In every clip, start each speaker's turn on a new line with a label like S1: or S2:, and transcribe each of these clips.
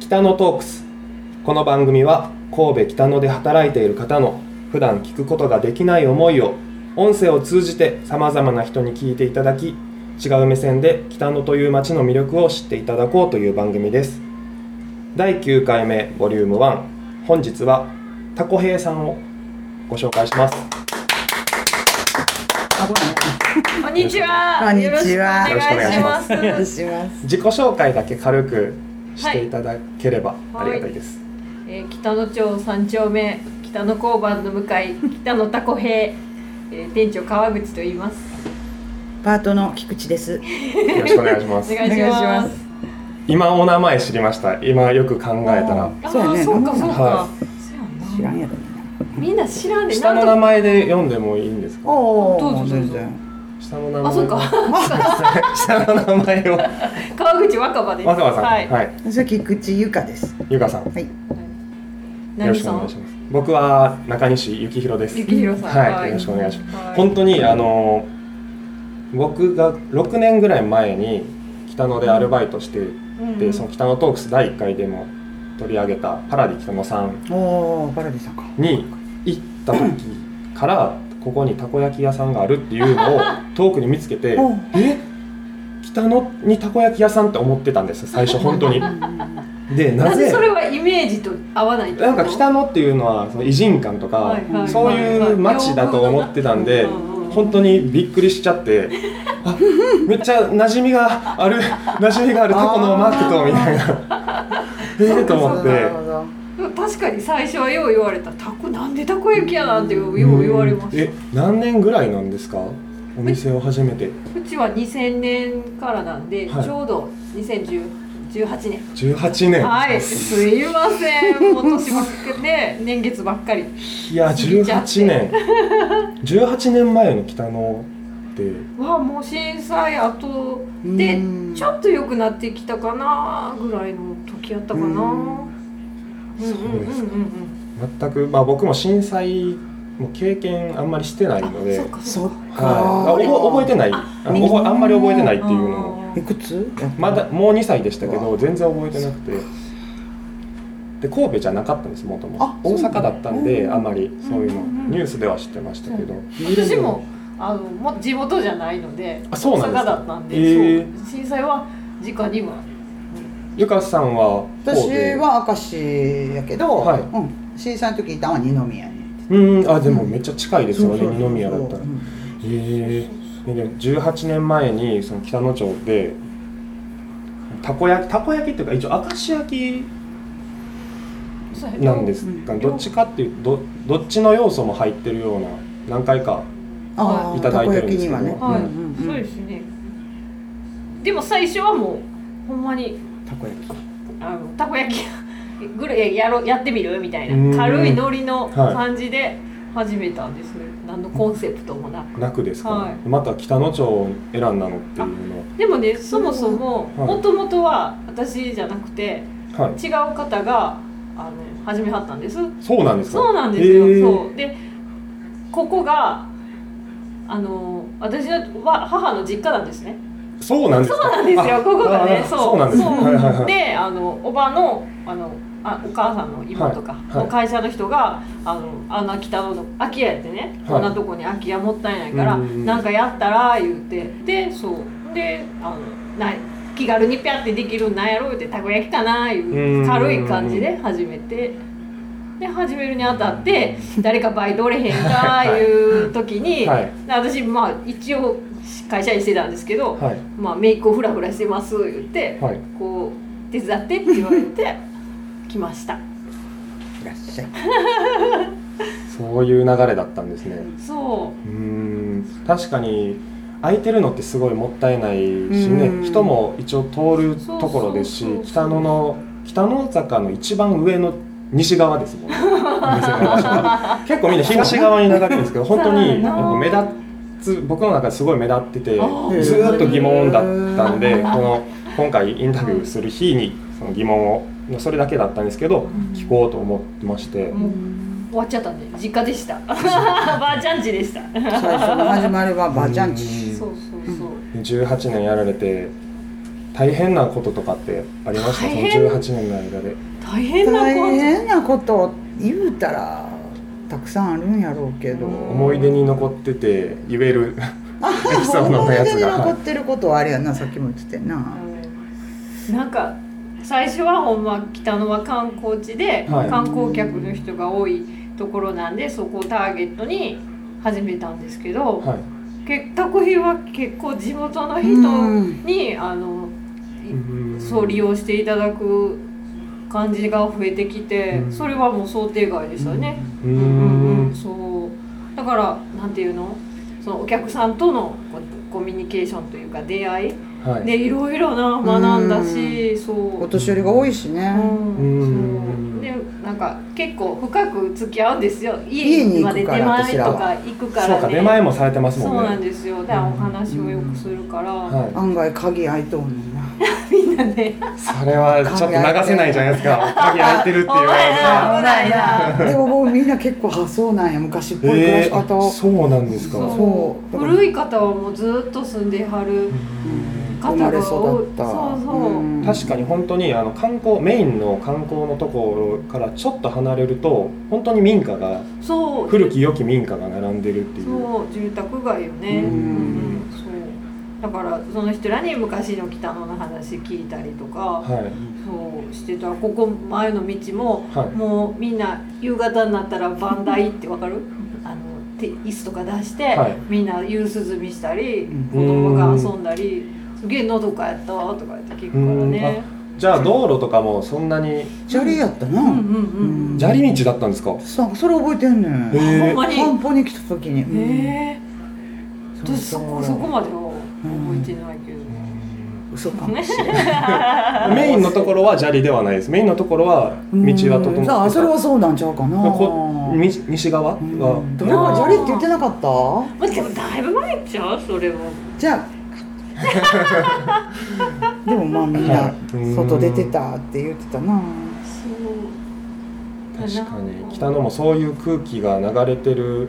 S1: 北野トークスこの番組は神戸北野で働いている方の普段聞くことができない思いを音声を通じてさまざまな人に聞いていただき違う目線で北野という街の魅力を知っていただこうという番組です第9回目ボリューム1本日はタコヘイさんをご紹介します
S2: あ、ご
S3: こんにちは。
S2: こんにちは
S3: よろしくお願いします。
S2: めんね。します。
S1: 自己紹介だけ軽くしていただければあ
S3: はい
S1: りがたいです、
S3: えー北野町三丁目、北野交番の向かい、北野タコ兵、えー店長川口と言います。
S2: パートの菊池です。
S1: よろしくお願いしま
S3: お
S1: す
S3: 願いし
S2: お願
S3: ま
S2: いし
S3: す。
S1: 今お名前知りました今よく考えたら
S3: あー
S2: そうやね
S3: そうかそうか。
S1: は
S3: そう
S2: 知
S3: や
S2: ら
S3: なん
S2: やろみんな。
S3: みんな知らんね。
S1: 下の名
S3: なんと
S1: 前で読んでもいいんですか
S2: おお。
S3: どうぞどうぞ
S2: 全然。
S1: 下の名前
S3: あ、そうか。
S1: 下の名 前をわ
S3: 川口若葉です。
S1: ざわざ
S3: は。
S1: はいい
S2: それ菊池由香です。
S1: ゆかさんよ
S2: はい。
S1: ろ
S3: 何
S1: しく
S3: さ
S1: お願
S3: ん
S1: いし。ます僕は中西幸宏です
S3: ゆきひろさん。
S1: はいよろしくお願いします
S3: は
S1: 本当にあの僕が6年ぐらい前に北野でアルバイトして
S3: うん
S1: でその北野トークス第1回でも取り上げたパラディ北野さん
S2: おお、パラディさんか。
S1: に行った時からここにたこ焼き屋さんがあるっていうの を遠くに見つけて
S2: お
S1: え北野にたこ焼き屋さんって思ってたんです最初本当にでな
S3: なぜ
S1: ぜ
S3: それはイメージと合わないってこと。
S1: なんか北野っていうのはその偉人感とか、
S3: はいはいはい
S1: そういう街だと思ってたんで、
S3: うんうん
S1: 本当にびっくりしちゃ ってあめっちゃ馴染みがある馴染みがあるタコのマークとみたいな ええと思っ
S2: な
S1: て
S2: るほど。
S3: 確かに最初はよう言われた。タコなんでたこ焼きやなんてよう言われました
S1: え。何年ぐらいなんですかお店を始めて
S3: うちは2000年からなんで、
S1: はい
S3: ちょうど2018年
S1: 18年、
S3: はいすいませんもう年ばっかね年月ばっかり
S1: い、や18年18年前の北野って
S3: わあもう震災あとで
S2: うん
S3: ちょっと良くなってきたかなぐらいの時やったかなう
S2: うんん
S3: うんうん
S1: そうですか
S3: うん
S1: 全く、まあ、僕も震災も経験あんまりしてないの
S3: うん
S1: で
S3: そっか
S2: そ
S3: そっ
S2: っ
S3: か
S2: か。
S1: はい、あ覚覚えてないあ
S2: ね
S1: 覚えあんまり覚えてないっていうのを
S3: あ
S2: い
S3: ー
S2: くつ？
S1: まだ。もう2歳でしたけど
S2: う
S1: 全然覚えてなくてで神戸じゃなかったんですもともと
S2: あ
S1: 大
S2: そうなんだ
S1: 阪だったんで
S2: うん
S1: あんまりそういうの
S3: うんうんうん
S1: ニュースでは知ってましたけど
S3: 私も。あのもう地元じゃないので
S1: あそうなんです
S3: 大阪だったんで、
S1: へー
S3: そう震災は直には
S1: ゆかさんは神戸
S2: 私は明石やけど、
S1: はい
S2: うん。震災の時いたんは二宮に。
S1: うんあでもめっちゃ近いですよね
S2: そうそうそう
S1: 二宮だったらへ
S2: うん
S1: えででも18年前にその北野町でたこ焼きたこ焼きっていうか一応明石焼き
S3: そうや
S1: なんですがどっちかっていうどどっちの要素も入ってるような何回か
S2: あ
S1: い
S2: あ、
S1: た
S2: た
S1: だい
S2: こ
S1: てるんで
S2: 焼き
S1: すけ
S2: に
S1: ど
S2: はね。
S3: はい、
S2: うんうんうん
S3: そうですね。でも最初はもうほんまに
S1: たこ焼き
S3: あのたこ焼き ぐらいやろやってみるみたいうなん軽いノリの
S1: はい
S3: 感じで始めたんですね。何のコンセプトもなく。
S1: なくですか、
S3: はい
S1: また北野町を選んだのっていうの
S3: でもねそもそも
S1: はい
S3: もともとは私じゃなくて
S1: は、はい、
S3: 違う方があの始めはったんです。
S1: そうなんですか
S3: そうなんですよ。
S1: へー
S3: そうでここがあの私は母の実家なんですね。
S1: そうなんですか
S3: そうなんです
S1: あ
S3: よ、ここが
S1: あ
S3: ね、
S1: あ
S3: そう、
S1: そうなんですねはいはいはい
S3: で、あの、おばの、あの、あ、お母さんの妹か、
S1: はい
S3: の会社の人が、あの、あんな北尾の空き家やってね、
S1: はい
S3: こんなとこに空き家もったいないから、
S1: うん
S3: なんかやったら言うて、で、そう、で、あの、ない。気軽にピャってできるんなんやろうってたこ焼きかないう
S1: うん
S3: 軽い感じで始めてで始めるにあたって誰かバイトおれへんかいう時に、
S1: はい
S3: で私まあ一応会社員してたんですけど、
S1: はい
S3: まあ、メイクをフラフラしてます言って、
S1: はい
S3: こう手伝ってって言われて 来ました
S2: いらっしゃい。
S1: そういう流れだったんですね
S3: そう
S1: ーん確かに空いてるのってすごいもったいないし
S2: うん
S1: ね人も一応通るところですし
S3: そうそうそうそう
S1: 北野の北野坂の一番上の西側です もんねお店の場所が結構みんな東側に流れるんですけど本当にやっぱ目立つ僕の中ですごい目立っててず
S3: あー
S1: ーっと疑問だったんでこの今回インタビューする日にその疑問をそれだけだったんですけど
S3: ん
S1: 聞こうと思ってまして
S3: うもう終わっちゃったんで実家でした ばあちゃん家でした
S2: 最初の始まりはばあちゃんち。
S3: そうそうそう
S1: 18年やられて大変なこととかってありました
S3: 大
S1: その
S3: 変
S1: 18年の間で
S3: 大変な
S2: 大
S3: こ
S2: 変なこと言うたらたくさんあるんやろうけど
S3: うん
S1: 思い出に残ってて言える
S2: あ
S1: エピソード
S2: 思
S1: の
S2: い
S1: やつが
S2: 出に残ってることはあれやなさっきも言ってたよ
S3: と
S2: な
S3: うんなんか最初はほんま北野は観光地で、
S1: はい
S3: 観光客の人が多いところなんでそこをターゲットに始めたんですけど、
S1: はい
S3: 結託費は結構地元の人
S2: うん
S3: に、あのい
S1: うん
S3: そう利用していただく感じが増えてきて、
S1: うん
S3: それはもう想定外でしたね。
S1: うー
S3: うんうんうんん、そうだからなんていうのそのお客さんとのこうコミュニケーションというか出会い
S1: はい
S3: でいろいろな学んだし、そう、う
S2: お年寄りが多いしね、
S1: う
S3: ん、そ
S1: ん
S3: うでなんか結構深く付き合うんですよ
S2: 家
S3: 家
S2: に
S3: に
S2: 行
S3: ま
S2: く
S3: で
S2: か
S3: 出
S2: ら
S3: 前とか行くから、ね、
S1: そうか出前もされてますもん
S3: そう
S1: ね
S3: なんですよだからお話をよくするから、
S1: は
S2: 案外鍵開いとんねんな
S3: みんなね
S1: い、それはちょっと流せないじゃないですか鍵開いてるって言われたら
S3: あ危ないな
S2: でももうみんな結構あそうなんや昔っぽい暮ら
S1: え
S2: し
S1: ー、
S2: 方を、
S1: あそうなんですか
S3: そう
S2: そう
S3: 古い方はもうずっと住んではる
S1: うん
S3: 方
S2: 生ま
S3: が
S2: れ
S3: 多い
S2: 育った
S3: そうそう、
S2: ん
S1: 確かに本当にあの観光メインの観光のところからちょっと離れると本当に民家が
S3: そう
S1: 古き良き民家が並んでるっていう
S3: そう住宅街よね、
S1: うん
S3: うんそうだからその人らに昔の北野の話聞いたりとか
S1: はい
S3: そうしてたここ前の道も
S1: はい
S3: もうみんな夕方になったらバンダイってわかるあのて椅子とか出して、
S1: はい
S3: みんな夕涼みしたり
S2: うん
S3: 子供が遊んだりすげえのどかやったわとか言って聞くからね
S1: じゃあ道路とかもそんなに
S2: 砂利やったな、
S3: うんうん
S1: 砂利道だったんですか
S2: そうそれ覚えてんねん
S1: へー
S3: うんほんまに
S2: 散歩に来た時に、うん
S3: へえ
S2: う
S3: 私そこそこまでは覚えてないけど、
S2: 嘘かもしれない
S1: メインのところは砂利ではないですメインのところは道は整って
S2: うんあ
S1: た
S2: それはそうなんちゃうかな
S1: こみ西側は
S2: うんどれ
S3: も
S2: か砂利って言ってなかった
S3: まあ、でもだいぶ前ちゃうそれも
S2: じゃ あでもまあみんな外出てたって言ってたな
S3: そう
S1: 確かに北野もそういう空気が流れてる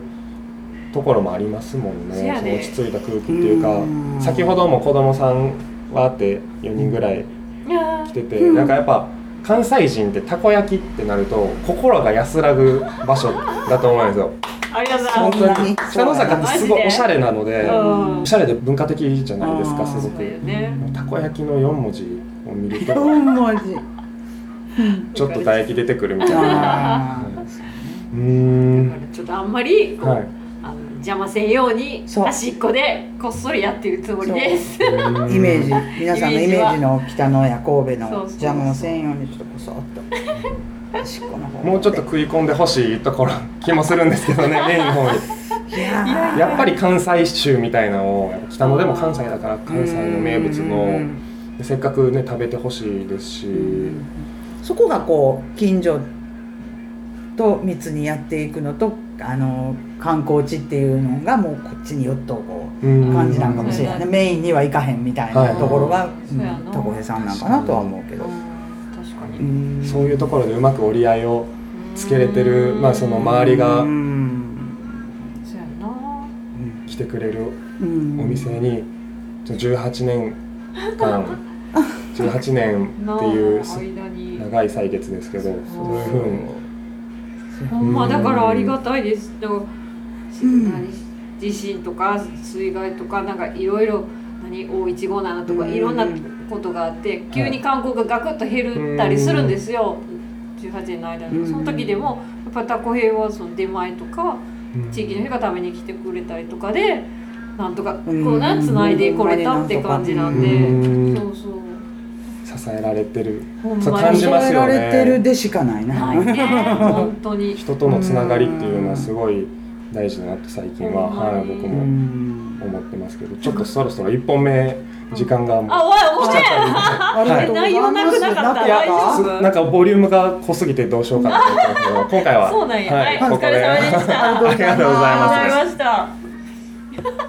S1: ところもありますもん
S3: せ
S1: ね
S3: やね
S1: その落ち着いた空気っていうか
S2: うん
S1: 先ほども子供さんはあって4人ぐらい
S3: いや
S1: 来
S3: ー
S1: てて、なんかやっぱ関西人ってたこ焼きってなると心が安らぐ場所だと思うんですよ
S3: ありがとうござい
S2: そ
S3: ま
S2: ん
S3: す
S1: 本
S2: な
S1: 当に
S2: に
S1: 北野坂ってすごいおしゃれなので、
S3: うん
S1: おしゃれで文化的じゃないですか
S2: あー
S1: すご
S3: そう
S1: く
S3: よね
S1: たこ焼きの4文字を見る
S2: ほ
S1: と
S2: んまに
S1: ちょっと唾液出てくるみたいな
S2: あ
S1: う
S2: ー
S1: ーん
S3: だからちょっとあんまりこう、
S1: はい
S3: あの邪魔せんように
S2: そう
S3: 端っこでこっそりやってるつもりです。
S1: イ
S2: イメージ皆さんのイ
S3: イメージ
S2: メ
S3: は
S2: ージの北野や神戸
S3: そうそう
S2: の
S3: そう
S2: 邪魔の専用にちょっとこそっ と端っこの方
S1: もうちょっと食い込んでほしいところ気もするんですけど ねメインの方に
S2: いや
S1: やっぱり関西州みたいなのをやっぱ北野でも関西だから
S2: ー
S1: 関西の名物
S2: う
S1: の
S2: ん
S1: せっかくね食べてほしいですし
S2: そこがこう近所と密にやっていくのとあの観光地っていうのがもうこっちによっとこう
S1: うん
S2: 感じなんかもしれない、
S3: うん
S2: メインには行かへんみたいなところが、
S3: は
S2: う
S3: い
S2: ん
S3: そうやな
S2: たこへさんなんかなとは思うけど、
S3: 確か
S2: う
S3: に。
S2: ん
S1: そういうところでうまく折り合いをつけれてるまあその周りが
S2: うん
S3: そうやな。
S2: うん
S1: 来てくれる
S2: うん
S1: お店にちょ18年間18年っていう
S3: なあ間に。
S1: 長い歳月ですけどそういうふうに
S3: ほんまだからありがたいです。だからし
S2: うん
S3: 何地震とか水害とかなんかいろいろ何大一五七とか
S2: うん
S3: いろんなことがあって急に観光がガクッと減ったりするんですよ。18年の間
S2: う
S3: に
S2: ん
S3: その時でもやっぱりタコ兵はその出前とか
S1: うん
S3: 地域の人が食べに来てくれたりとかでなんとかこ
S2: うん
S3: うなつないでこれたって感じなん
S1: うん
S3: でそうそう
S1: 支えられてる
S3: ほん
S1: そう
S3: ま
S1: 感
S3: に
S1: じますよね
S2: 支えられてるでしかないな、
S3: ないね本当に。
S1: 人とのつながりっていうのはすごい大事だなと最近は、
S3: うん
S1: はい、僕
S2: う
S1: も
S2: ん
S1: 思ってますけどちょっとそろそろ1本目時間がもう
S3: あ、おい、お
S1: 来ち
S3: 前
S1: ゃったんで
S2: ありがと
S3: 内容
S2: うございます
S3: なくなかった
S2: や
S3: 大丈夫
S1: すなんかボリュームが濃すぎてどうしようかなと思ったんですけど今回は
S3: そうなんや。
S1: は、
S3: はいい、
S1: こ
S3: お
S1: こ
S3: 疲れ様で
S1: で
S3: し
S1: あ
S3: た。
S1: りがとうございます
S3: ありがとうございました。